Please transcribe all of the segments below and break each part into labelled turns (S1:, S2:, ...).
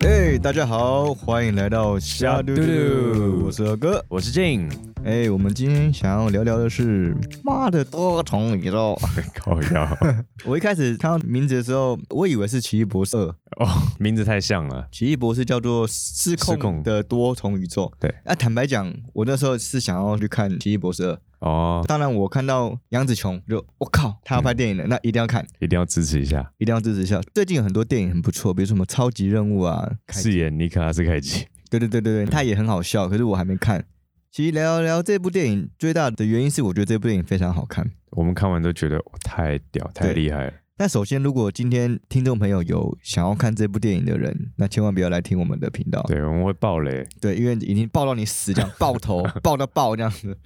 S1: 嗨，哎大家好，欢迎来到虾嘟嘟嘟，我是二哥。
S2: 我是静，
S1: 哎，我们今天想要聊聊的是妈的多重宇宙。
S2: 靠腰
S1: 我一开始看到名字的时候，我以为是奇异博士二，
S2: 哦，名字太像了，
S1: 奇异博士叫做失
S2: 失控
S1: 控的多重宇宙。
S2: 对
S1: 那、坦白讲，我那时候是想要去看奇异博士二。
S2: 哦，
S1: 当然，我看到杨紫琼，就我靠，她要拍电影了，那一定要看，
S2: 一定要支持一下。
S1: 一定要支持一下。最近有很多电影很不错，比如什么《超级任务》啊，开
S2: 饰演尼克拉斯凯奇，
S1: 对对对对对，它也很好笑，可是我还没看。其实聊聊这部电影最大的原因是，我觉得这部电影非常好看。
S2: 我们看完都觉得哇太屌，太
S1: 对
S2: 厉害了。
S1: 那首先，如果今天听众朋友有想要看这部电影的人，那千万不要来听我们的频道，
S2: 对，我们会爆雷，
S1: 对，因为已经爆到你死，这样爆头爆到爆这样子，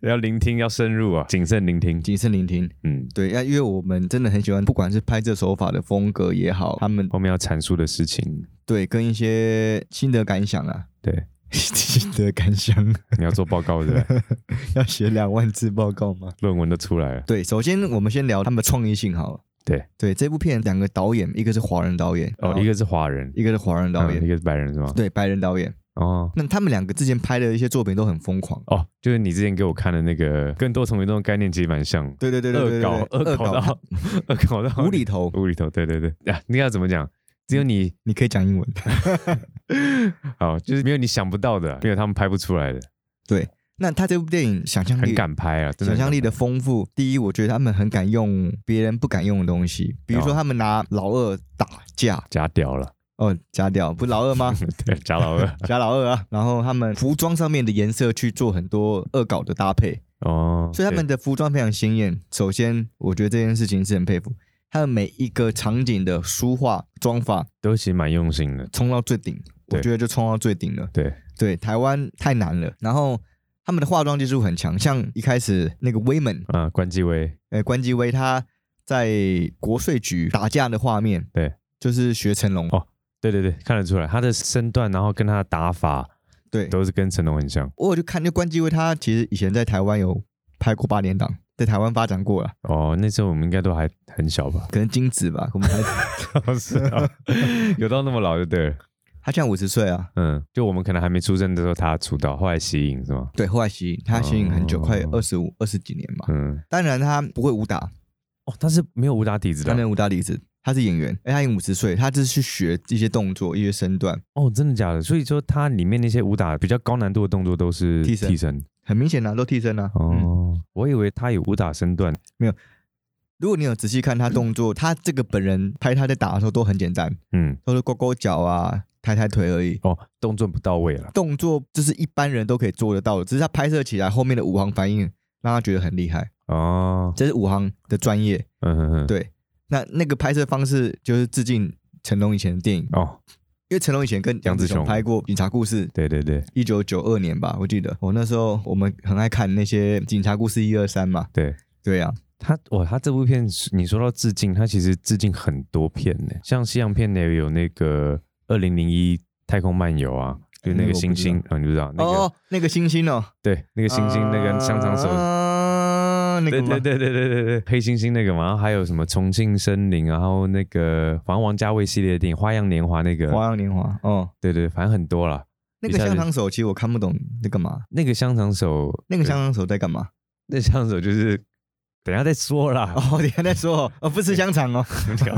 S2: 要聆听，要深入啊，谨慎聆听。
S1: 谨慎聆听。
S2: 嗯，
S1: 对，那因为我们真的很喜欢，不管是拍摄手法的风格也好，他们
S2: 后面要阐述的事情，
S1: 对跟一些新的感想啊，
S2: 对，
S1: 新的感想
S2: 你要做报告的
S1: 要写两万字报告吗？
S2: 论文都出来了。
S1: 对，首先我们先聊他们的创意性好了。
S2: 对
S1: 对，这部片两个导演，一个是华人导演，然
S2: 哦，
S1: 后
S2: 一个是华人，
S1: 一个是华人导
S2: 嗯一
S1: 演，
S2: 个是白人是吗？
S1: 对，白人导演。
S2: 哦
S1: 那他们两个之前拍的一些作品都很疯狂。
S2: 哦，就是你之前给我看的那个跟多重宇宙的概念其实蛮像，
S1: 对对对对对
S2: 恶
S1: 对
S2: 搞，恶搞到恶搞到
S1: 无厘头。
S2: 无厘头，对对对，啊，那个要怎么讲？只有你
S1: 你可以讲英 文。
S2: 好，哦就是没有你想不到的，没有他们拍不出来的，
S1: 那他这部电影想象
S2: 很
S1: 力，
S2: 敢拍啊，真
S1: 想
S2: 的很敢
S1: 象
S2: 拍
S1: 力的丰富。第一，我觉得他们很敢用别人不敢用的东西，比如说
S2: 哦
S1: 他们拿老二打架，
S2: 假屌了，
S1: 哦，假屌不是老二 吗？
S2: 对，假老 二
S1: 假老二啊。然后他们服装上面的颜色去做很多恶搞的搭配。
S2: 哦，
S1: 所以他们的服装非常鲜艳。首先，我觉得这件事情是很佩服他们每一个场景的书画妆法
S2: 对都其实蛮用心的，
S1: 冲到最顶，我
S2: 对
S1: 觉得就冲到最顶了。
S2: 对，
S1: 对，台湾太难了。然后他们的化妆技术很强，像一开始那个威猛，
S2: 啊，关继威，
S1: 呃，关机威他在国税局打架的画面，
S2: 对，
S1: 就是学成龙，
S2: 哦对对对，看得出来他的身段，然后跟他的打法
S1: 对。
S2: 都是跟成龙很像
S1: 我有去看那关机威，他其实以前在台湾有拍过八点档，在台湾发展过了，，
S2: 哦。那时候我们应该都还很小吧
S1: 可能金子吧，我们还
S2: 是啊， 有到那么老就对了，
S1: 他现在五十岁啊，
S2: 嗯，就我们可能还没出生的时候他出道，后来吸引是吗？
S1: 对，后来吸引他吸引很久，
S2: 哦
S1: 快二十五、二十几年吧。
S2: 嗯，
S1: 当然他不会武打，
S2: 哦，他是没有武打底子
S1: 他
S2: 的
S1: 能武打底子，他是演员，哎，他已经五十岁，他就是去学一些动作、一些身段。
S2: 哦，真的假的？所以说他里面那些武打比较高难度的动作都是
S1: 替身
S2: 替身
S1: 很明显啊，都替身啊。嗯，
S2: 哦，我以为他有武打身段，
S1: 如果你有仔细看他动作，他这个本人拍他在打的时候都很简单，
S2: 嗯，
S1: 都是勾勾脚啊、抬抬腿而已。
S2: 哦，动作不到位了，
S1: 动作就是一般人都可以做得到的，只是他拍摄起来后面的武行反应让他觉得很厉害，
S2: 哦，
S1: 这是武行的专业。
S2: 嗯哼哼，，
S1: 对，那那个拍摄方式就是致敬成龙以前的电影，
S2: 哦，
S1: 因为成龙以前跟
S2: 杨
S1: 杨
S2: 紫
S1: 紫琼
S2: 琼
S1: 拍过《警察故事》，
S2: 对对对
S1: 一九九二年吧，我记得我那时候我们很爱看那些警察故事一二三嘛，
S2: 对，
S1: 对啊，
S2: 他哇，他这部片你说到致敬，他其实致敬很多片呢，像西洋片呢有那个二零零一太空漫游啊。就
S1: 哎那
S2: 那
S1: 个我
S2: 个
S1: 不
S2: 星
S1: 知
S2: 星啊，你不知道那
S1: 哦
S2: 个
S1: 哦，那个星星哦，
S2: 对那个星星那个香肠手，
S1: 啊，那
S2: 对
S1: 个吗
S2: 对对对对对对，黑猩猩那个嘛，然后还有什么重庆森林，然后那个反正王家卫系列的电影《花样年华》那个，
S1: 花样年华哦，
S2: 对对，反正很多啦。
S1: 那
S2: 一
S1: 个
S2: 下子
S1: 香肠手其实我看不懂在干嘛，
S2: 那个香肠手，
S1: 那个香肠手在干嘛？
S2: 那枪手就是等一下再说啦。
S1: 哦，等一下再说哦，哦不吃香 肠哦，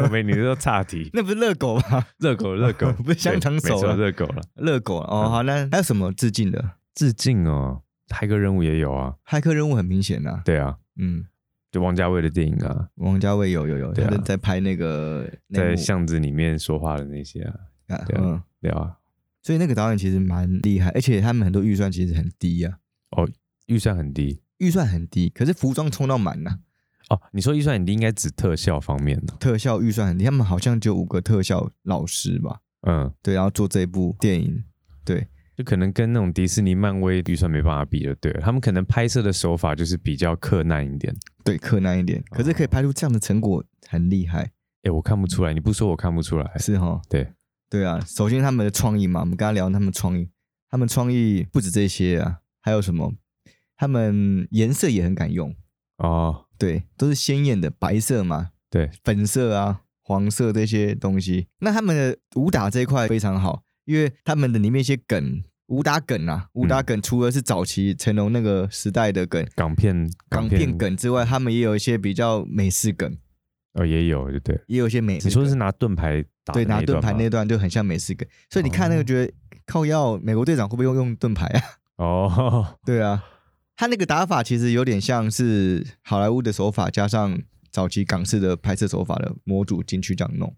S2: 我没你说岔题，
S1: 那不是热狗吗？
S2: 热狗热狗
S1: 不是香肠手啊
S2: 对没错热狗了。
S1: 热狗哦，
S2: 嗯
S1: 好，那还有什么致敬的？
S2: 致敬哦，骇客任务也有啊，
S1: 骇客任务很明显呐，
S2: 对啊，
S1: 嗯，
S2: 就王家卫的电影啊，
S1: 王家卫有有有，
S2: 对
S1: 他
S2: 啊
S1: 在在拍那个
S2: 在巷子里面说话的那些啊，
S1: 内幕啊
S2: 对啊
S1: 嗯，
S2: 对啊，
S1: 所以那个导演其实蛮厉害，而且他们很多预算其实很低呀、啊。
S2: 预算很低
S1: 预算很低，可是服装冲到满呐、啊
S2: 哦。你说预算很低，应该指特效方面哦呢？
S1: 特效预算很低，他们好像就五个特效老师吧，
S2: 嗯，
S1: 对，然后做这部电影，对，
S2: 就可能跟那种迪士尼、漫威预算没办法比的，对了，他们可能拍摄的手法就是比较克难一点。
S1: 对，困难一点，可是可以拍出这样的成果，很厉害，
S2: 哎，我看不出来，你不说我看不出来。
S1: 是哈，
S2: 哎对，
S1: 对啊，首先他们的创意嘛，我们刚刚聊他们创意，他们创意不止这些啊，还有什么？他们颜色也很敢用，
S2: 哦，
S1: 对，都是鲜艳的白色嘛，
S2: 对，
S1: 粉色啊、黄色这些东西。那他们的武打这一块非常好，因为他们的里面一些梗，武打梗
S2: 嗯
S1: 啊，武打梗除了是早期成龙那个时代的梗、
S2: 港片
S1: 港片梗之外，他们也有一些比较美式梗，
S2: 哦也有，对对。
S1: 也有一些美式
S2: 你
S1: 梗。
S2: 说是拿盾牌打
S1: 对
S2: 的
S1: 拿
S2: 一
S1: 盾牌
S2: 吗
S1: 那段就很像美式梗，所以你看那个
S2: 哦
S1: 觉得、靠要美国队长会不会用用盾牌啊？
S2: 哦，
S1: 对啊，他那个打法其实有点像是好莱坞的手法，加上早期港式的拍摄手法的模组进去这样弄。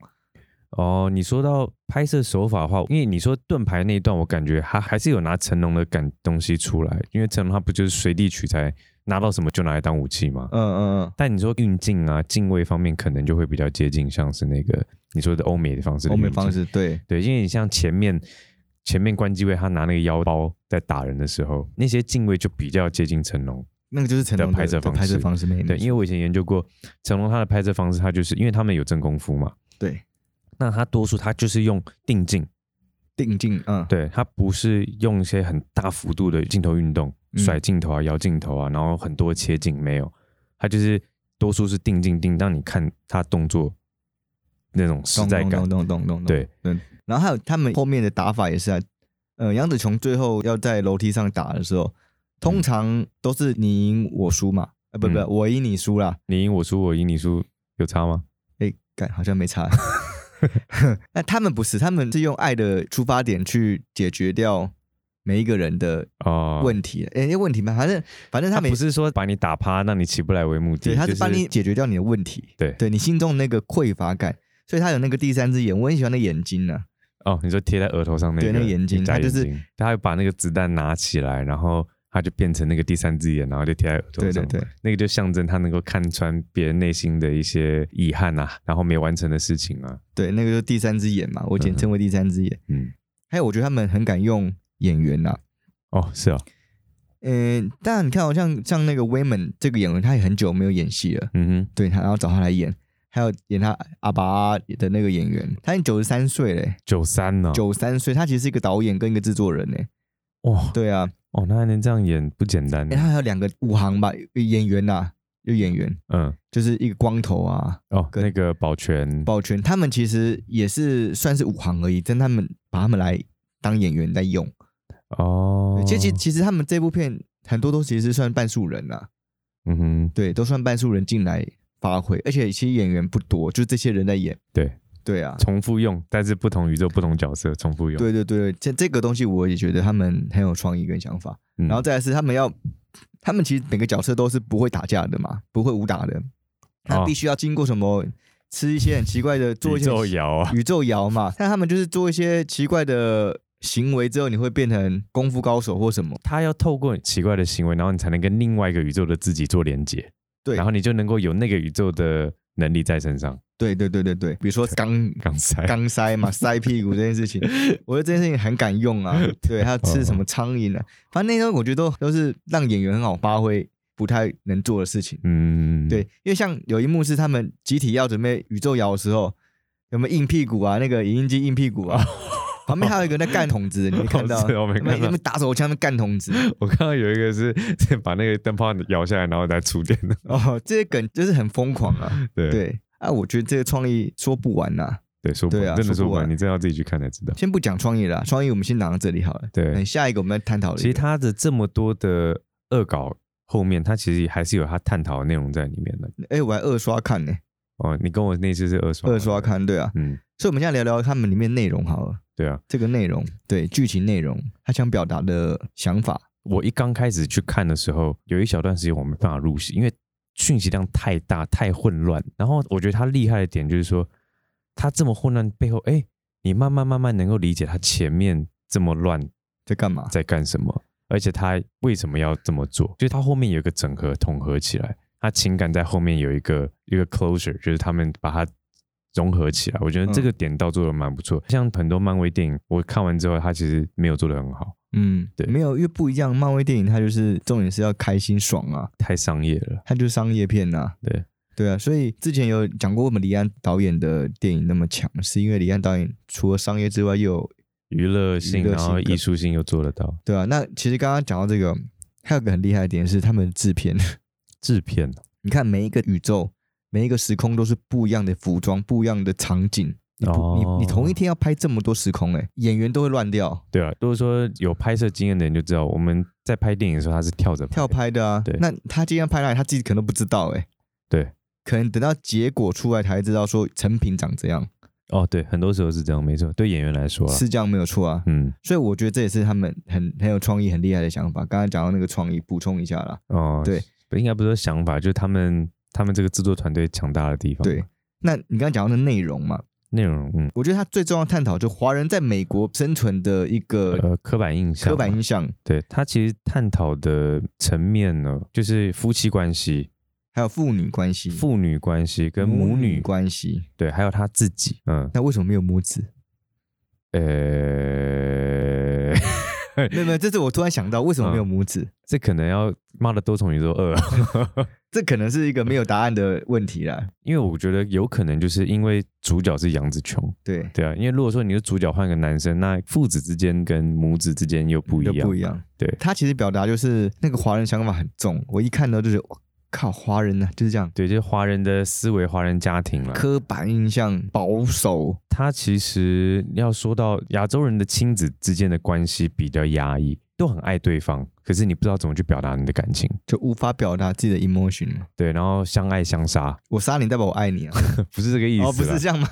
S2: 哦，你说到拍摄手法的话，因为你说盾牌那一段，我感觉他还是有拿成龙的感东西出来，因为成龙他不就是随地取材，拿到什么就拿来当武器吗？
S1: 嗯嗯
S2: 但你说运镜啊、敬畏方面，可能就会比较接近像是那个你说的欧美的方
S1: 嗯，
S2: 式的
S1: 欧美
S2: 运
S1: 方
S2: 镜，
S1: 式对，
S2: 对，因为你像前面前面关机位他拿那个腰包在打人的时候，那些敬畏就比较接近成龙。
S1: 那个就是成龙的
S2: 的拍
S1: 的
S2: 摄方式
S1: 拍摄方式没
S2: 对，因为
S1: 为
S2: 我以前研究过成龙他的拍摄方式，他就是因为他们有真功夫嘛，
S1: 对
S2: 那他多数他就是用定镜，
S1: 定镜，嗯，
S2: 对他不是用一些很大幅度的镜头运动，
S1: 嗯
S2: 甩镜头啊、摇镜头啊，然后很多切镜没有，他就是多数是定镜定，让你看他动作那种实
S1: 咚
S2: 在
S1: 咚
S2: 感
S1: 咚。咚咚咚，
S2: 对
S1: 对。然后还有他们后面的打法也是啊，呃，杨紫琼最后要在楼梯上打的时候，通常都是你赢我输嘛，呃，不不，
S2: 嗯
S1: 我赢你输啦，
S2: 你赢我输，我赢你输，有差吗？
S1: 哎，感好像没 差。那他们不是，他们是用爱的出发点去解决掉每一个人的
S2: 哦、
S1: 问题，哎、问题嘛，反正反正
S2: 他
S1: 他每
S2: 不是说把你打趴，让你起不来为目的，
S1: 对，他
S2: 就是
S1: 帮你解决掉你的问题，
S2: 对
S1: 对你心中那个匮乏感，所以他有那个第三只眼，我很喜欢那眼睛呢、啊，
S2: 哦，你说贴在额头上那个
S1: 对那个眼睛
S2: 假
S1: 它就
S2: 眼
S1: 是
S2: 睛，他会把那个子弹拿起来，然后他就变成那个第三只眼，然后就贴在额头
S1: 对
S2: 上
S1: 对。对，
S2: 那个就象征他能够看穿别人内心的一些遗憾啊，然后没完成的事情啊。
S1: 对，那个就是第三只眼嘛，我简称为第三只眼。
S2: 嗯，
S1: 还有，我觉得他们很敢用演员呐、啊，
S2: 哦，是哦，
S1: 嗯，但你看、哦，好像像那个 Wayman 这个演员，他也很久没有演戏了，
S2: 嗯哼，
S1: 对他，然后找他来演，还有演他阿爸的那个演员，他已经九十三岁嘞，
S2: 九三哦呢？
S1: 九三岁，他其实是一个导演跟一个制作人嘞，
S2: 哇
S1: 对啊，
S2: 哦，那还能这样演不简单
S1: 诶
S2: 呢。
S1: 哎他还有两个武行吧，呃演员呐、有演员，
S2: 嗯，
S1: 就是一个光头啊，
S2: 哦，
S1: 跟
S2: 那个保全，
S1: 抱拳，他们其实也是算是武行而已，但他们把他们来当演员在用，
S2: 哦，
S1: 其实其实他们这部片很多都其实算半数人呐、啊
S2: 嗯哼，
S1: 对，都算半数人进来发挥，而且其实演员不多，就这些人在演。
S2: 对，
S1: 对啊，
S2: 重复用，但是不同宇宙、不同角色重复用。
S1: 对对对，这这个东西我也觉得他们很有创意跟想法。
S2: 嗯，
S1: 然后再来是他们要，他们其实每个角色都是不会打架的嘛，不会武打的，他
S2: 哦
S1: 必须要经过什么吃一些很奇怪的，做
S2: 宇
S1: 一些
S2: 宙 摇啊，
S1: 宇宙摇嘛，但他们就是做一些奇怪的行为之后，你会变成功夫高手或什么。
S2: 他要透过奇怪的行为，然后你才能跟另外一个宇宙的自己做连接，
S1: 对
S2: 然后你就能够有那个宇宙的能力在身上。
S1: 对对对对对，比如说 刚
S2: 刚才，
S1: 肛塞嘛，塞屁股这件 事情，我觉得这件事情很敢用啊。对，还有吃
S2: 嗯
S1: 什么苍蝇啊，反正那些我觉得都都是让演员很好发挥，不太能做的事情。
S2: 嗯，
S1: 对，因为像有一幕是他们集体要准备宇宙摇的时候，有没有硬屁股啊？那个影印机硬屁 股啊，旁边还有一个在干筒子，你没看到？
S2: 哦是 我没看到
S1: 他们打手枪在干筒子。
S2: 我看到有一个是 把那个灯泡摇下来，然后再触电的。
S1: 哦，这些梗就是很疯狂啊。
S2: 对
S1: 对啊，我觉得这个创意说不完呐、
S2: 对说不
S1: 对啊
S2: 完，真的
S1: 说
S2: 说
S1: 不
S2: 不
S1: 完
S2: 完，你真的要自己去看才知道。
S1: 先不讲创意啦，创意我们先讲到这里好了。
S2: 对
S1: 等下一个啊我们来探讨的。
S2: 其实他的这么多的恶搞后面，他其实还是有他探讨的内容在里面的。
S1: 哎、我还二刷看呢、
S2: 哦，你跟我那次是二刷，
S1: 二刷，看，对啊。
S2: 嗯，
S1: 所以我们现在聊聊他们里面内容好了。
S2: 对啊。
S1: 这个内容，对剧情内容，他想表达的想法，
S2: 我一刚开始去看的时候，有一小段时间我没办法入戏，因为讯息量太大、太混乱。然后我觉得他厉害的点就是说，他这么混乱背后，哎，你慢慢慢慢能够理解他前面这么乱
S1: 在干嘛？
S2: 在干什么，而且他为什么要这么做？就是他后面有一个整合统合起来，他情感在后面有一个一个 closure，就是他们把它融合起来。我
S1: 嗯
S2: 觉得这个点倒做的蛮不错。像很多漫威电影，我看完之后，他其实没有做的很好，
S1: 嗯，
S2: 对
S1: 没有，因为不一样。漫威电影它就是重点是要开心爽啊，
S2: 太商业了。
S1: 它就是商业片呐、
S2: 对，
S1: 对啊，所以之前有讲过，我们李安导演的电影那么强，是因为李安导演除了商业之外，又有
S2: 娱乐性，
S1: 娱乐性
S2: 然后艺术性又做得到。
S1: 对啊。那其实刚刚讲到这个，还有个很厉害的点是他们的制片，
S2: 制片
S1: 你看每一个宇宙、每一个时空都是不一样的服装、不一样的场景，你不你你同
S2: 哦
S1: 一天要拍这么多时空、欸，哎，演员都会乱掉，
S2: 对啊，如果说有拍摄经验的人就知道，我们在拍电影的时候，他是跳着
S1: 跳拍
S2: 拍的，
S1: 的啊。
S2: 对
S1: 那他今天拍哪里，他自己可能都不知道、欸，哎，
S2: 对，
S1: 可能等到结果出来才知道说成品长这样，
S2: 哦，对，很多时候是这样，没错，对演员来说啦，
S1: 是这样没有错啊。
S2: 嗯，
S1: 所以我觉得这也是他们很很有创意、很厉害的想法。刚刚讲到那个创意，补充一下啦。
S2: 哦，
S1: 对
S2: 不，应该不是说想法，就是他们他们这个制作团队强大的地方，
S1: 对，那你刚刚讲到的内容嘛，
S2: 内容，嗯，
S1: 我觉得他最重要的探讨就华人在美国生存的一个
S2: 呃，刻板印象嘛，
S1: 刻板印象，
S2: 对他其实探讨的层面呢，就是夫妻关系、
S1: 还有父女关系、
S2: 父女关系跟母
S1: 嗯母
S2: 女，
S1: 关系。
S2: 对，还有他自己，嗯，
S1: 那为什么没有母子？
S2: 呃，
S1: 没有没有，这是我突然想到，为什么没
S2: 嗯
S1: 有母子？
S2: 这可能要骂的多重宇宙二，啊
S1: 这可能是一个没有答案的问题啦。
S2: 因为我觉得有可能就是因为主角是杨紫琼，
S1: 对，
S2: 对啊，因为如果说你是主角换个男生，那父子之间跟母子之间又不一
S1: 又
S2: 样，
S1: 不一样。
S2: 对
S1: 他其实表达就是那个华人想法很重，我一看到就是我靠，华人呢、就是这样，
S2: 对，就是华人的思维、华人家庭啦。
S1: 刻板印象、保守，
S2: 他其实要说到亚洲人的亲子之间的关系比较压抑，都很爱对方，可是你不知道怎么去表达你的感情。
S1: 就无法表达自己的 emotion 嘛。
S2: 对，然后相爱相杀，
S1: 我杀你代表我爱你啊，
S2: 不是这个意思啦。
S1: 哦，不是这样吗？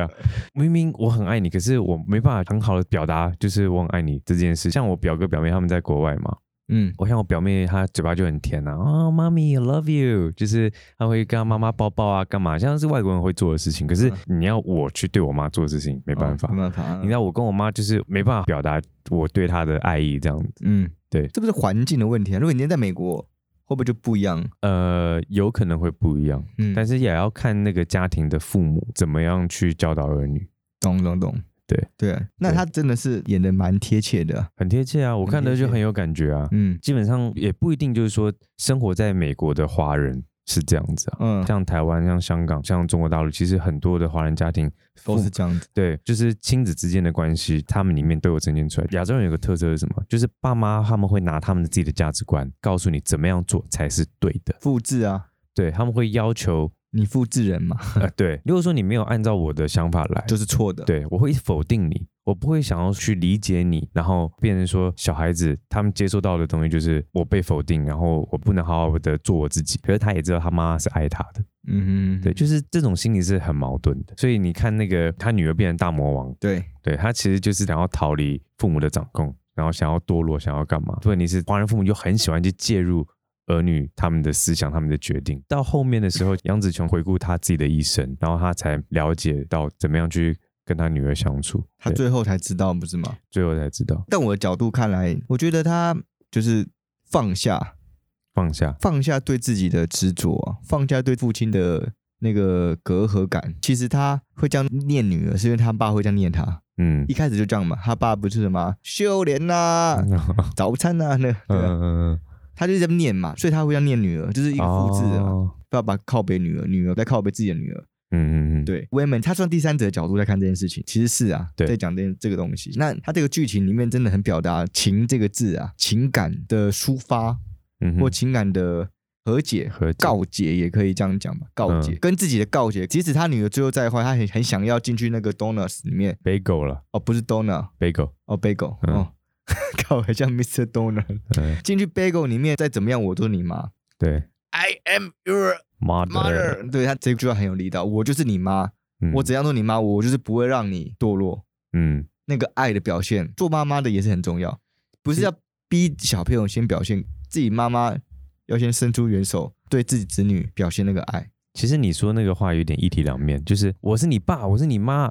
S2: 啊，明明我很爱你，可是我没办法很好的表达，就是我很爱你这件事。像我表哥表妹他们在国外嘛，
S1: 嗯，
S2: 我像我表妹她嘴巴就很甜啊，哦，妈咪，I love you，就是她会跟她妈妈抱抱啊，干嘛，像是外国人会做的事情。可
S1: 嗯
S2: 是你要我去对我妈做的事情，没
S1: 没
S2: 办法。
S1: 哦没办法。
S2: 你知道我跟我妈就是没办法表达我对她的爱意这样子，
S1: 嗯，
S2: 对
S1: 这不是环境的问题啊。如果你今天在美国，会不会就不一样？
S2: 呃，有可能会不一样，
S1: 嗯，
S2: 但是也要看那个家庭的父母怎么样去教导儿女，
S1: 懂懂懂，
S2: 对
S1: 对，啊那
S2: 对
S1: 他真的是演的蛮贴切的啊，
S2: 很贴切啊，我看的
S1: 很贴
S2: 就
S1: 切
S2: 很有感觉啊。
S1: 嗯
S2: 基本上也不一定就是说生活在美国的华人是这样子啊，
S1: 嗯，
S2: 像台湾、像香港、像中国大陆，其实很多的华人家庭
S1: 都是这样子，
S2: 对，就是亲子之间的关系，他们里面都有呈现出来。亚洲人有个特色是什么？就是爸妈他们会拿他们的自己的价值观告诉你怎么样做才是对的，
S1: 复制啊，
S2: 对他们会 要求，
S1: 你复制人嘛，
S2: 呃，对，如果说你没有按照我的想法来，
S1: 就是错的，，
S2: 对我会否定你，我不会想要去理解你，然后变成说小孩子他们接收到的东西就是我被否定，然后我不能好好的做我自己。可是他也知道他妈是爱他的，
S1: 嗯
S2: 对，就是这种心理是很矛盾的。所以你看那个他女儿变成大魔王，
S1: 对，
S2: 对他其实就是想要逃离父母的掌控，然后想要堕落，想要干嘛？问题是华人父母就很喜欢去介入。儿女他们的思想、他们的决定，到后面的时候，杨紫琼回顾她自己的一生，然后她才了解到怎么样去跟她女儿相处。
S1: 他
S2: 对
S1: 最后才知道不是吗？
S2: 最后才知道
S1: 但我的角度看来，我觉得他就是放下，
S2: 放下。
S1: 放下对自己的执着啊，放下对父亲的那个隔阂感。其实他会这样念女儿，是因为他爸会这样念他，
S2: 嗯
S1: 一，开始就这样嘛。他爸不是什么秀莲呐、
S2: 嗯
S1: 早餐呐、那
S2: 嗯
S1: 对啊、
S2: 嗯，
S1: 他就在念嘛，所以他会这样念女儿，就是一个复制啊。
S2: 哦
S1: 爸爸靠北女儿，女儿在靠北自己的女儿。
S2: 嗯嗯嗯，
S1: 对，women，他从第三者的角度在看这件事情，其实是啊，
S2: 对
S1: 在讲这这个东西。那他这个剧情里面真的很表达“情”这个字啊，情感的抒发
S2: 嗯
S1: 或
S2: 哼
S1: 情感的和解、
S2: 和解
S1: 告解，也可以这样讲吧，告解、
S2: 嗯
S1: 跟自己的告解。即使他女儿最后再坏，他很很想要进去那个 donuts 里面，
S2: bagel 了
S1: 哦，不是 donut，
S2: ，bagel，
S1: 哦，bagel，、
S2: 嗯
S1: 哦，搞得像 Mr. Donut
S2: 嗯，
S1: 进去 bagel 里面，再怎么样我都是你妈。
S2: 对
S1: I am your
S2: ，mother，
S1: mother，对他这句话很有力道，我就是你妈。
S2: 嗯
S1: 我怎样做你妈，我就是不会让你堕落。
S2: 嗯，
S1: 那个爱的表现，做妈妈的也是很重要，不是
S2: 嗯
S1: 要逼小朋友先表现，自己妈妈要先伸出援手，对自己子女表现那个爱。
S2: 其实你说那个话有点一体两面，就是我是你爸，我是你妈，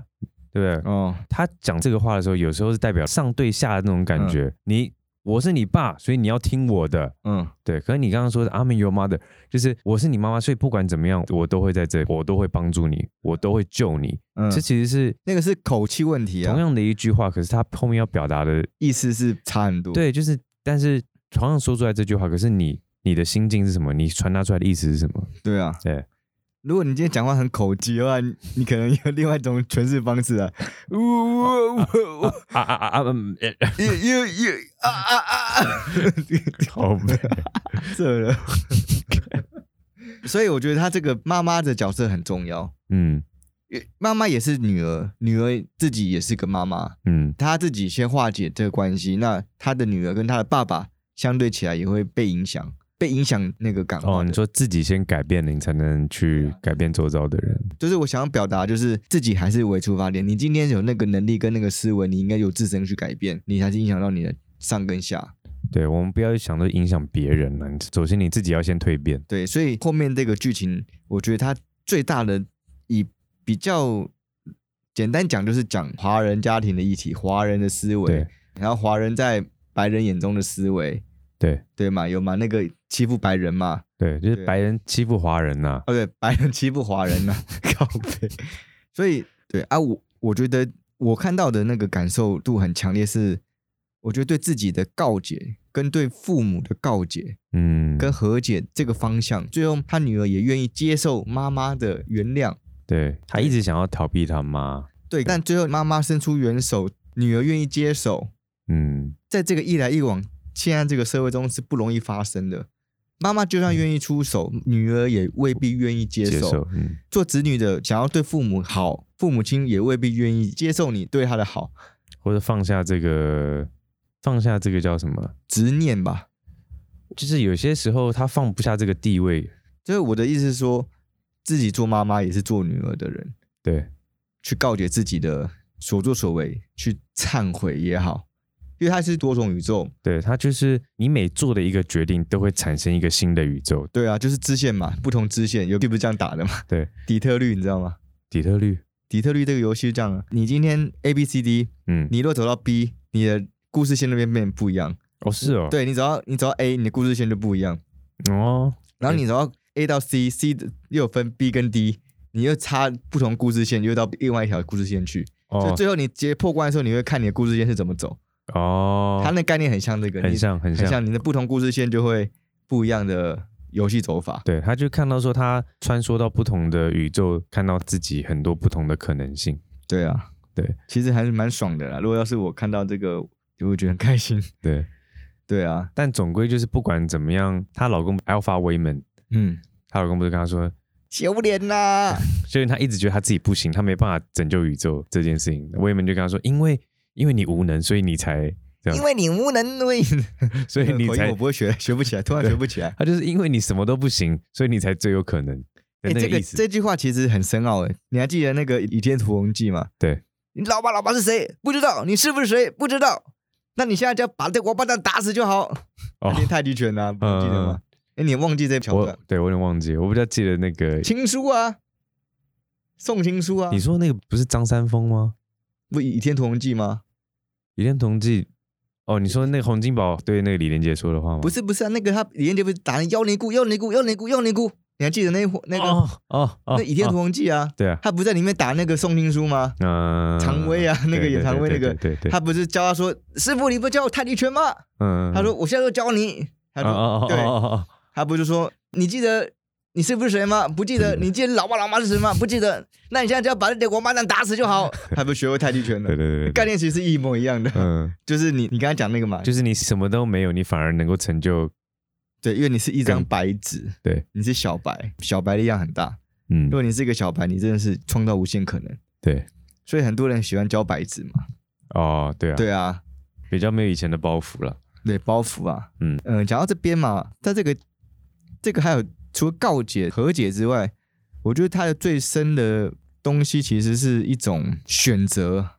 S2: 对不对？
S1: 哦，
S2: 他讲这个话的时候，有时候是代表上对下的那种感觉，你我是你爸，所以你要听我的。
S1: 嗯，
S2: 对，可是你刚刚说的 I'm your mother，就是我是你妈妈，所以不管怎么样，我都会在这里，我都会帮助你，我都会救你。
S1: 嗯
S2: 这其实是
S1: 那个是口气问题
S2: 同
S1: 啊，
S2: 样的一句话，可是他后面要表达的，
S1: 意思是差很多。，
S2: 对，就是，但是同样说出来这句话，可是你你的心境是什么？你传达出来的意思是什么？
S1: 对啊，
S2: 对。
S1: 如果你今天讲话很口急的话， 你你可能有另外一种诠释方式啊。呜呜呜 呜，
S2: 啊啊啊啊！嗯，呃
S1: 又又又啊啊啊啊！
S2: 好美，
S1: 这了。所以我觉得他这个妈妈的角色很重要，
S2: 嗯，
S1: 妈妈也是女儿，女儿自己也是个妈妈，
S2: 嗯，
S1: 她自己先化解这个关系，那她的女儿跟她的爸爸相对起来也会被影响，被影响那个感化的。
S2: 哦，你说自己先改变了，你才能去改变周遭的人。
S1: 就是我想要表达，就是自己还是为出发点。你今天有那个能力跟那个思维，你应该有自身去改变，你才是影响到你的上跟下。
S2: 对，我们不要想着影响别人了，首先你自己要先蜕变。
S1: 对，所以后面这个剧情，我觉得它最大的以比较简单讲，就是讲华人家庭的议题，华人的思维
S2: 对，
S1: 然后华人在白人眼中的思维，
S2: 对
S1: 对嘛？有嘛？那个欺负白人嘛？
S2: 对，啊就
S1: 对
S2: 是白人欺负华人呐、啊
S1: 哦，对，白人欺负华人呐、靠背。所以，对啊，我我觉得我看到的那个感受度很强烈是，我觉得对自己的告解跟对父母的告解
S2: 嗯，
S1: 跟和解这个方向，最后他女儿也愿意接受妈妈的原谅，
S2: 对他一直想要逃避他妈。
S1: 对，但最后妈妈伸出援手，女儿愿意接手，
S2: 嗯，
S1: 在这个一来一往现在这个社会中是不容易发生的。妈妈就算愿意出手，女儿也未必愿意
S2: 接受。嗯，
S1: 做子女的想要对父母好，父母亲也未必愿意接受你对他的好，
S2: 或者放下这个，放下这个叫什么？
S1: 执念吧。
S2: 就是有些时候他放不下这个地位。
S1: 就是我的意思是说，自己做妈妈也是做女儿的人，
S2: 对，
S1: 去告诫自己的所作所为，去忏悔也好，因为它是多重宇宙，
S2: 对他就是你每做的一个决定都会产生一个新的宇宙。
S1: 对啊，就是支线嘛，不同支线，游戏不是这样打的嘛？
S2: 对，
S1: 底特律你知道吗？
S2: 底特律，
S1: 底特律这个游戏是这样啊，你今天 A B C D，
S2: 嗯，
S1: 你若走到 B，你的故事线那边变得不一样，
S2: 哦是哦，，
S1: 对你走到你走到 A，你的故事线就不一样。
S2: 哦，
S1: 然后你从 A 到 C，C 的又有分 B 跟 D，你又插不同故事线，又到另外一条故事线去。就
S2: 哦
S1: 最后你结破关的时候，你会看你的故事线是怎么走。
S2: 哦，
S1: 它那概念很像这个，
S2: 很
S1: 你
S2: 像很
S1: 很
S2: 像，
S1: 像你的不同故事线就会不一样的游戏走法。
S2: 对，他就看到说他穿梭到不同的宇宙，看到自己很多不同的可能性。
S1: 对啊，
S2: 对，
S1: 其实还是蛮爽的啦。如果要是我看到这个，就会觉得很开心。
S2: 对，
S1: 对啊，
S2: 但总归就是不管怎么样，她老公 Alpha Women，
S1: 嗯，
S2: 她老公不是跟她说，
S1: 修炼 啦，
S2: 所以她一直觉得她自己不行，她没办法拯救宇宙这件事情。Women 就跟她说，因为因为你无能，所以你才 这
S1: 因
S2: 样，
S1: 为你无能为。
S2: 所啊 以你
S1: 口音
S2: 才
S1: 我，不会学，学不起来，突然学不起来。
S2: 她就是因为你什么都不行，所以你才最有可能的
S1: 欸
S2: 那
S1: 这
S2: 个
S1: 个
S2: 意思。
S1: 这句话其实很深奥诶，你还记得那个《倚天屠龙记》吗？
S2: 对，
S1: 你老爸老爸是谁？不知道，你是不是谁？不知道。那你现在就要把这王八蛋打死就好。
S2: 哦，
S1: 练太极拳啊，不记得吗？哎、你忘记这桥
S2: 我
S1: 段？
S2: 对我有点忘记，我不知道记得那个。
S1: 情书啊，送情书啊，
S2: 你说那个不是张三丰吗？
S1: 不《倚天屠龙记》
S2: 哦
S1: 吗？
S2: 倚天屠龙记，哦，你说那个洪金宝对那个李连杰说的话吗？
S1: 不是不是啊，那个他李连杰不是打那妖灵姑，妖灵姑，妖灵姑，妖灵姑？你还记得那一幕那个、
S2: 哦哦哦，
S1: 那《倚天屠
S2: 哦
S1: 龙记》啊？
S2: 对啊，
S1: 他不在里面打那个送情书吗？
S2: 嗯，
S1: 常威啊那个
S2: 对
S1: 演常威那个
S2: 对对对对，对
S1: 他不是教他说，师傅你不教我太极拳吗？
S2: 嗯，
S1: 他说我现在就教你。他
S2: 嗯，
S1: 说、
S2: 哦哦
S1: 对，
S2: 哦哦哦
S1: 他不是说你记得你是不是谁吗？不记得，
S2: 对对对
S1: 你记得老爸老妈是谁吗？不记得，那你现在只要把那点王八蛋打死就 好。他不是学会太极拳
S2: 哦，对
S1: 了，
S2: 对对对，
S1: 概
S2: 念，
S1: 念其实是一模一样的，
S2: 嗯，
S1: 就是你你刚才讲那个嘛，
S2: 就是你什么都没有，你反而能够成就，
S1: 对，因为你是一张
S2: 跟
S1: 白纸，
S2: 对，
S1: 你是小白，小白力量很大。
S2: 嗯
S1: 如，果你是一个小白，你真的是创造无限可能。
S2: 对，
S1: 所以很多人喜欢教白纸嘛，
S2: 哦，对啊，
S1: 对啊，
S2: 比较没有以前的包袱了，
S1: 对包袱啊，
S2: 嗯
S1: 嗯、讲到这边嘛，在这个这个还有除了告解和解之外，我觉得它的最深的东西其实是一种选择，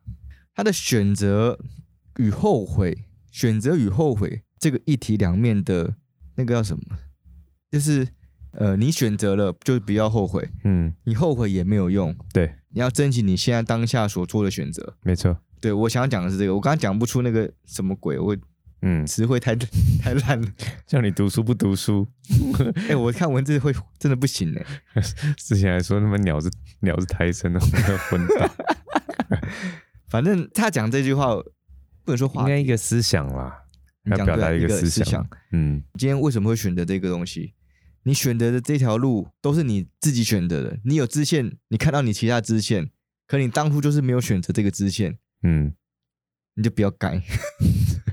S1: 它的选择与后悔，选择与后悔这个一体两面的那个叫什么？就是呃，你选择了就不要后悔，
S2: 嗯，
S1: 你后悔也没有用，
S2: 对，
S1: 你要珍惜你现在当下所做的选择。
S2: 没错，
S1: 对我想要讲的是这个，我刚刚讲不出那个什么鬼，我
S2: 嗯，
S1: 词汇太 太烂了。
S2: 叫你读书不读书，
S1: 哎、我看文字会真的不行哎、
S2: 之前还说他妈鸟是鸟是胎生的，我要昏 倒，
S1: 反正他讲这句话，不能说
S2: 应
S1: 话，
S2: 该一个思想啦，
S1: 你
S2: 要
S1: 讲
S2: 表
S1: 对
S2: 达
S1: 了
S2: 一
S1: 一
S2: 个
S1: 个
S2: 思
S1: 思
S2: 想
S1: 想
S2: 嗯，
S1: 今天为什么会选择这个东西？你选择的这条路都是你自己选择的，你有支线，你看到你其他支线，可你当初就是没有选择这个支线，
S2: 嗯，
S1: 你就不要改，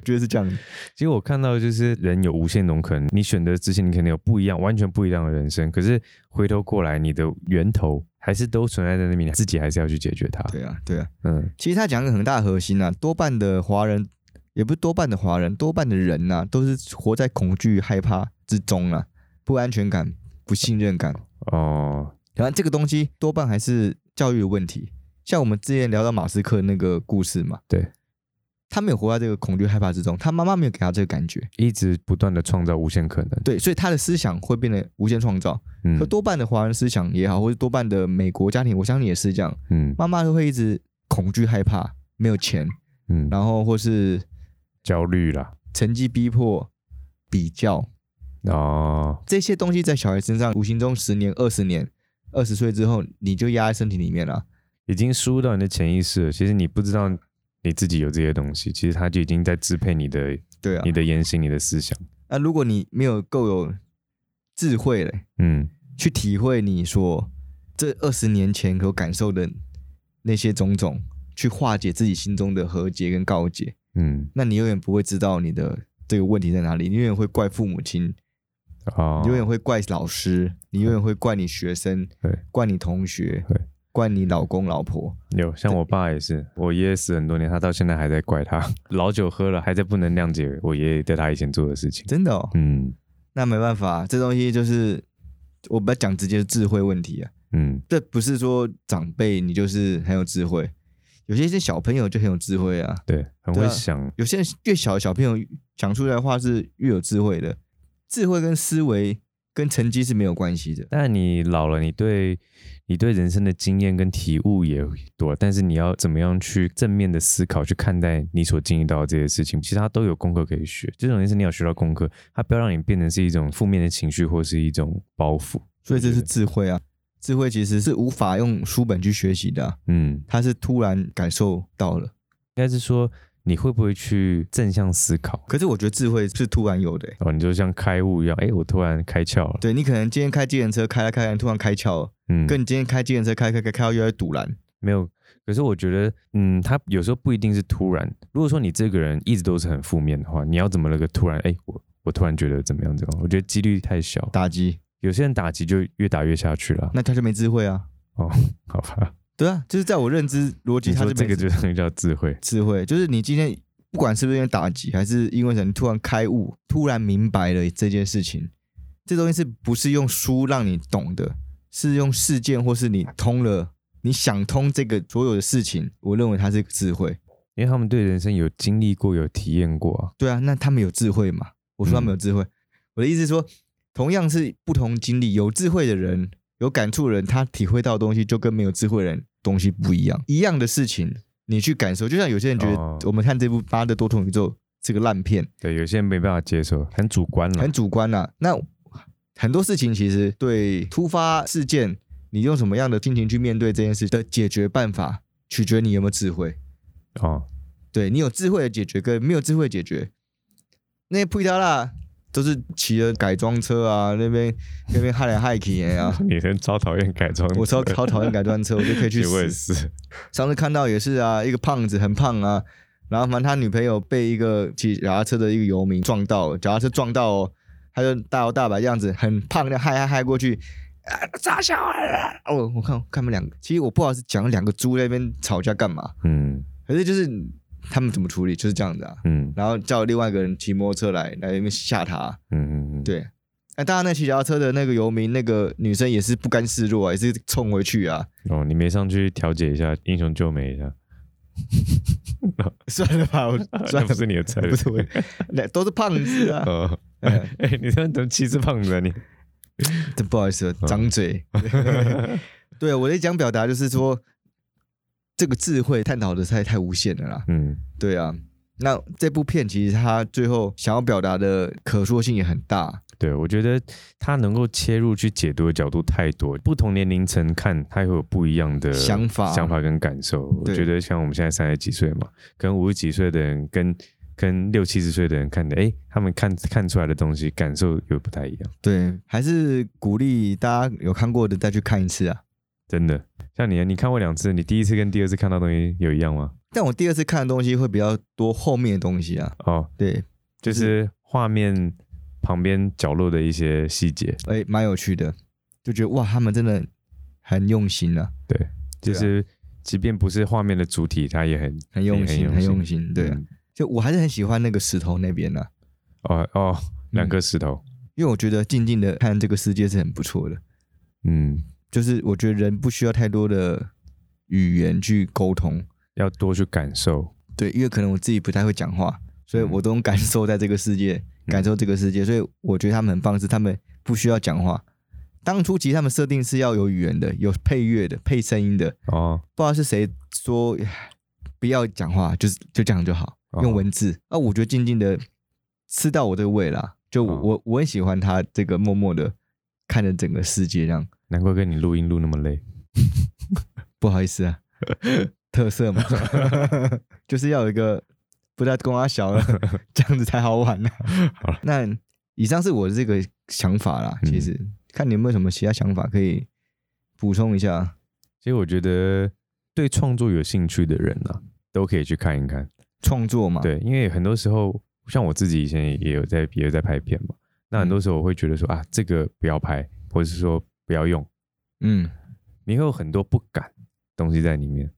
S1: 觉得是这样。
S2: 其实我看到就是人有无限种可能，你选择之前你可能有不一样、完全不一样的人生，可是回头过来，你的源头还是都存在在那边，你自己还是要去解决它。
S1: 对啊，对啊。
S2: 嗯，
S1: 其实他讲一个很大的核心啊，多半的华人，也不是多半的华人，多半的人呐、都是活在恐惧、害怕之中啊，不安全感、不信任感。
S2: 哦，
S1: 然后这个东西多半还是教育的问题。像我们之前聊到马斯克那个故事嘛，
S2: 对，
S1: 他没有活在这个恐惧、害怕之中，他妈妈没有给他这个感觉，
S2: 一直不断的创造无限可能。
S1: 对，所以他的思想会变得无限创造。
S2: 嗯
S1: 可多半的华人思想也好，或者多半的美国家庭，我相信也是这样，
S2: 嗯
S1: 妈妈都会一直恐惧、害怕，没有钱，
S2: 嗯，
S1: 然后或是
S2: 焦虑啦，
S1: 成绩逼迫、比较
S2: 哦，
S1: 这些东西，在小孩身上无形中十年、二十年、二十岁之后，你就压在身体里面了。
S2: 已经输入到你的潜意识了。其实你不知道你自己有这些东西，其实它就已经在支配你的、
S1: 对啊
S2: 你，的言行、你的思想。
S1: 那如果你没有够有智慧嘞，
S2: 嗯，
S1: 去体会你所这二十年前所感受的那些种种，去化解自己心中的和解跟告解，
S2: 嗯，
S1: 那你永远不会知道你的这个问题在哪里，你永远会怪父母亲，
S2: 哦
S1: 你，永远会怪老师，你永远会怪你学生
S2: 对，
S1: 怪你同学
S2: 对，
S1: 怪你老公老婆。
S2: 有像我爸也是，我爷爷死很多年，他到现在还在怪他 老酒喝了，还在不能谅解我爷爷对他以前做的事情。
S1: 真的哦，
S2: 嗯
S1: 那没办法，这东西就是我不要讲直接的智慧问题啊，
S2: 嗯，
S1: 这不是说长辈你就是很有智慧，有些是小朋友就很有智慧啊，
S2: 对，很
S1: 对
S2: 会
S1: 啊
S2: 想，
S1: 有些人越小的小朋友讲出来的话是越有智慧的，智慧跟思维跟成绩是没有关系的。
S2: 但你老了，你对你对人生的经验跟体悟也多，但是你要怎么样去正面的思考，去看待你所经历到的这些事情，其实它都有功课可以学。这种也是你要学到功课，它不要让你变成是一种负面的情绪或是一种包袱。
S1: 所以这是
S2: 我觉得
S1: 智慧啊，智慧其实是无法用书本去学习的啊、
S2: 嗯，应
S1: 它是突然感受到了。
S2: 该是说你会不会去正向思考？
S1: 可是我觉得智慧是突然有的欸、
S2: 哦，你就像开悟一样，哎，我突然开窍了。
S1: 对你可能今天开计程车开来开来，突然开窍了；，
S2: 嗯，
S1: 跟你今天开计程车开开开开到越来越堵然，
S2: 没有。可是我觉得，嗯，他有时候不一定是突然。如果说你这个人一直都是很负面的话，你要怎么那个突然，哎，我我突然觉得怎么样怎么样？我觉得几率太小。
S1: 打击，
S2: 有些人打击就越打越下去了，
S1: 那他就没智慧啊。
S2: 好吧？
S1: 对啊，就是在我认知逻辑，
S2: 你
S1: 他
S2: 说
S1: 是
S2: 这
S1: 没
S2: 个就是叫智慧，
S1: 智慧，就是你今天不管是不是因为打击，还是因为什么，你突然开悟，突然明白了这件事情，这东西是不是用书让你懂的？是用事件，或是你通了，你想通这个所有的事情，我认为它是一个智慧。
S2: 因为他们对人生有经历过，有体验过啊。
S1: 对啊，那他们有智慧嘛？我说他们有智慧，我的意思是说，同样是不同经历，有智慧的人、有感触的人，他体会到的东西就跟没有智慧的人东西不一样。一样的事情，你去感受，就像有些人觉
S2: 哦
S1: 得我们看这部《八的多重宇宙》这个烂片，
S2: 对，有些人没办法接受，很主观了
S1: 很。主观啦、那很多事情其实对突发事件，你用什么样的心情去面对这件事的解决办法，取决你有没有智慧。
S2: 哦，。
S1: 对你有智慧的解决跟没有智慧的解决，那些普拉啦都是骑着改装车啊，那边那边害来害去的啊
S2: 女生超讨厌改装车，
S1: 我超超讨厌改装车，我就可以去
S2: 我也
S1: 死。
S2: 是。
S1: 上次看到也是啊，一个胖子很胖啊，然后反正他女朋友被一个骑脚踏车的一个游民撞到了，脚踏车撞到、哦，他就大摇大摆样子，很胖的嗨嗨嗨过去，啊，傻小孩啊！哦，我看看他们两个，其实我不好意思讲两个猪在那边吵架干嘛，
S2: 嗯
S1: 可是就是他们怎么处理就是这样子啊。
S2: 嗯
S1: 然后叫另外一个人骑摩托车来来那边吓他。
S2: 嗯嗯嗯，，
S1: 对，那当然，那骑脚踏车的那个游民，那个女生也是不甘示弱啊，也是冲回去啊。
S2: 哦，你没上去调解一下，英雄救美一下，
S1: 算了吧，我算
S2: 那不
S1: 了
S2: 是你的菜，
S1: 不是我，那都是胖子啊。
S2: 哦，哎、
S1: 哎
S2: 你这样怎么歧视胖子啊你？
S1: 真不好意思，张嘴。对，我的想表达就是说，这个智慧探讨的太太无限了啦。
S2: 嗯
S1: 对啊，那这部片其实它最后想要表达的可说性也很大。，
S2: 对，我觉得他能够切入去解读的角度太多，不同年龄层看，他会有不一样的
S1: 想法
S2: 想法跟感受。我
S1: 对
S2: 觉得像我们现在三十几岁嘛，跟五十几岁的人，跟跟六七十岁的人看的，哎，他们看看出来的东西，感受又不太一样。
S1: 对，还是鼓励大家有看过的再去看一次啊。
S2: 真的。像你，你看过两次，你第一次跟第二次看到东西有一样吗？
S1: 但我第二次看的东西会比较多后面的东西啊，
S2: 哦，
S1: 对，就
S2: 就
S1: 是
S2: 是画面旁边角落的一些细节，
S1: 哎、蛮有趣的，就觉得哇，他们真的很用心啊，
S2: 就
S1: 对啊
S2: 是即便不是画面的主体，它也很
S1: 很用
S2: 也
S1: 心，
S2: 很
S1: 很
S2: 用
S1: 用心，对啊、
S2: 嗯
S1: 就我还是很喜欢那个石头那边的、啊，
S2: 哦哦，两
S1: 嗯
S2: 颗石头，
S1: 因为我觉得静静的看这个世界是很不错的，
S2: 嗯，
S1: 就是我觉得人不需要太多的语言去沟通，
S2: 要多去感受，
S1: 对，因为可能我自己不太会讲
S2: 嗯
S1: 话，所以我都能感受在这个世界，感受这个世界，所以我觉得他们很棒，是他们不需要讲话。当初其实他们设定是要有语言的，有配乐的，配声音的，
S2: 哦，
S1: 不知道是谁说 唉不要讲话，就是就这样就好，
S2: 哦
S1: 用文字。啊，我觉得静静的吃到我的胃啦，就我、
S2: 哦
S1: 我我很喜欢他这个默默的看着整个世界这样。
S2: 难怪跟你录音录那么累，
S1: 不好意思 啊，特色嘛， 就是要有一个不知道公阿小了， 这样子才好玩呢、啊
S2: 好了
S1: 那以上是我的这个想法啦，
S2: 嗯
S1: 其实、看你有没有什么其他想法可以补充一下。
S2: 其实我觉得对创作有兴趣的人啊，都可以去看一看。
S1: 创作嘛，，
S2: 对，因为很多时候，像我自己以前也有在也有在拍片嘛，那很
S1: 嗯
S2: 多时候我会觉得说啊，这个不要拍，或者是说不要用，
S1: 嗯，
S2: 你会有很多不敢东西在里面，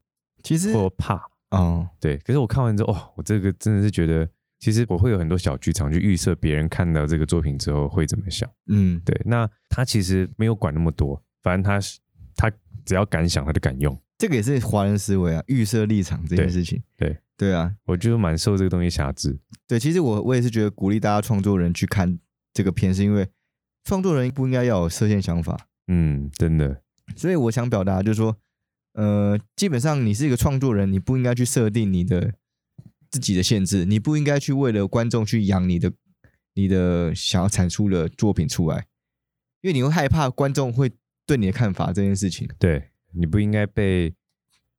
S1: 其实
S2: 或怕。
S1: 哦，
S2: 对，可是我看完之后，哇，我这个真的是觉得，其实我会有很多小剧场去预设别人看到这个作品之后会怎么想。
S1: 嗯，
S2: 对，那他其实没有管那么多，反正他是他只要敢想，他就敢用。
S1: 这个也是华人思维啊，预设立场这件事情，
S2: 对
S1: 对啊，
S2: 我就是蛮受这个东西辖制。
S1: 对，其实我我也是觉得鼓励大家创作人去看这个片，是因为创作人不应该要有设限想法，
S2: 嗯，真的，
S1: 所以我想表达就是说，呃，基本上你是一个创作人，你不应该去设定你的自己的限制，你不应该去为了观众去养你的你的想要产出的作品出来，因为你会害怕观众会对你的看法这件事情。
S2: 对你不应该被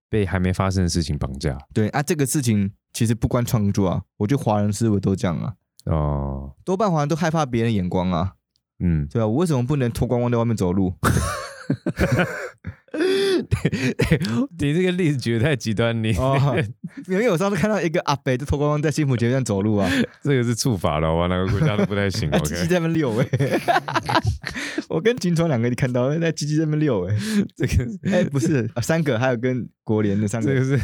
S2: 被还没发生的事情绑架
S1: 对啊，这个事情其实不关创作啊，我觉得华人思维都这样啊，
S2: 哦。
S1: 多半华人都害怕别人的眼光啊，
S2: 嗯，
S1: 对吧、我为什么不能脱光光在外面走路？
S2: 你这个例子举得太极端，你、
S1: 哦，因为我上次看到一个阿伯就脱光光在幸福街上走路 啊，
S2: 这个是触法了，哇，哪个国家都不 太行。
S1: 哎，鸡鸡
S2: OK，
S1: 在那边溜 哎、我跟金川两个看到那鸡鸡在那边溜哎、
S2: 这个是
S1: 哎、不是、啊三个，还有跟国联的三
S2: 这
S1: 个，
S2: 个是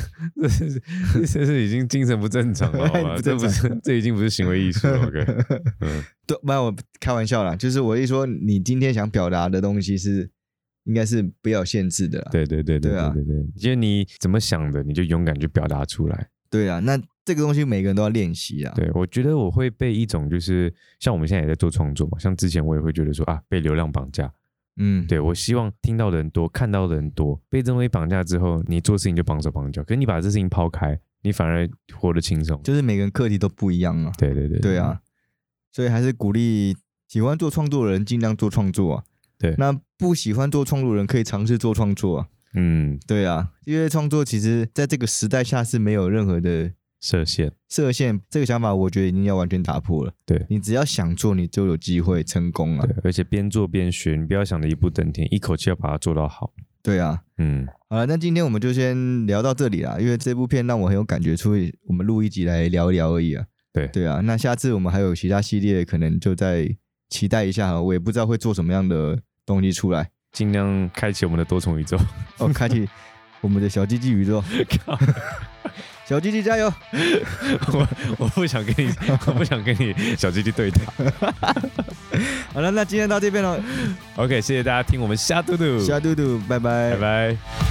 S2: 这是这是这是已经精神不正常了，好吧？
S1: 不
S2: 这
S1: 正
S2: 不
S1: 常
S2: 是这已经不是行为艺术了。OK，嗯，
S1: 对，没有我开玩笑啦，就是我一说你今天想表达的东西是应该是不要有限制的啦，
S2: 对对对对
S1: 对啊
S2: 对对对，就是你怎么想的，你就勇敢去表达出来。
S1: 对啊，那这个东西每个人都要练习啊，
S2: 对，我觉得我会被一种就是像我们现在也在做创作嘛，像之前我也会觉得说啊，被流量绑架。
S1: 嗯，
S2: 对我希望听到的人多，看到的人多。被这东西绑架之后，你做事情就绑手绑脚。可是你把这事情抛开，你反而活得轻松。
S1: 就是每个人课题都不一样啊，
S2: 对对对，
S1: 对，啊，所以还是鼓励喜欢做创作的人尽量做创作啊，
S2: 对
S1: 那不喜欢做创作的人可以尝试做创作啊。
S2: 嗯，
S1: 对啊，因为创作其实在这个时代下是没有任何的
S2: 设限，
S1: 设限，这个想法我觉得已经要完全打破了。
S2: 对
S1: 你只要想做，你就有机会成功啊了
S2: 对。，而且边做边学，你不要想着一步登天，一口气要把它做到好。
S1: 对啊，
S2: 嗯，
S1: 好了，那今天我们就先聊到这里啦，因为这部片让我很有感觉，所以我们录一集来聊一聊而已啊。
S2: 对
S1: 对啊，那下次我们还有其他系列，可能就再期待一下啊，我也不知道会做什么样的东西出来。
S2: 尽量开启我们的多重宇宙。
S1: 哦，开启我们的小鸡鸡宇宙，
S2: 靠
S1: 小鸡鸡加油！
S2: 我我不想跟你，我不想跟你小鸡鸡对打。
S1: 好了，那今天到这边了，
S2: OK，谢谢大家听我们瞎嘟嘟，
S1: 小嘟嘟，拜
S2: 拜拜。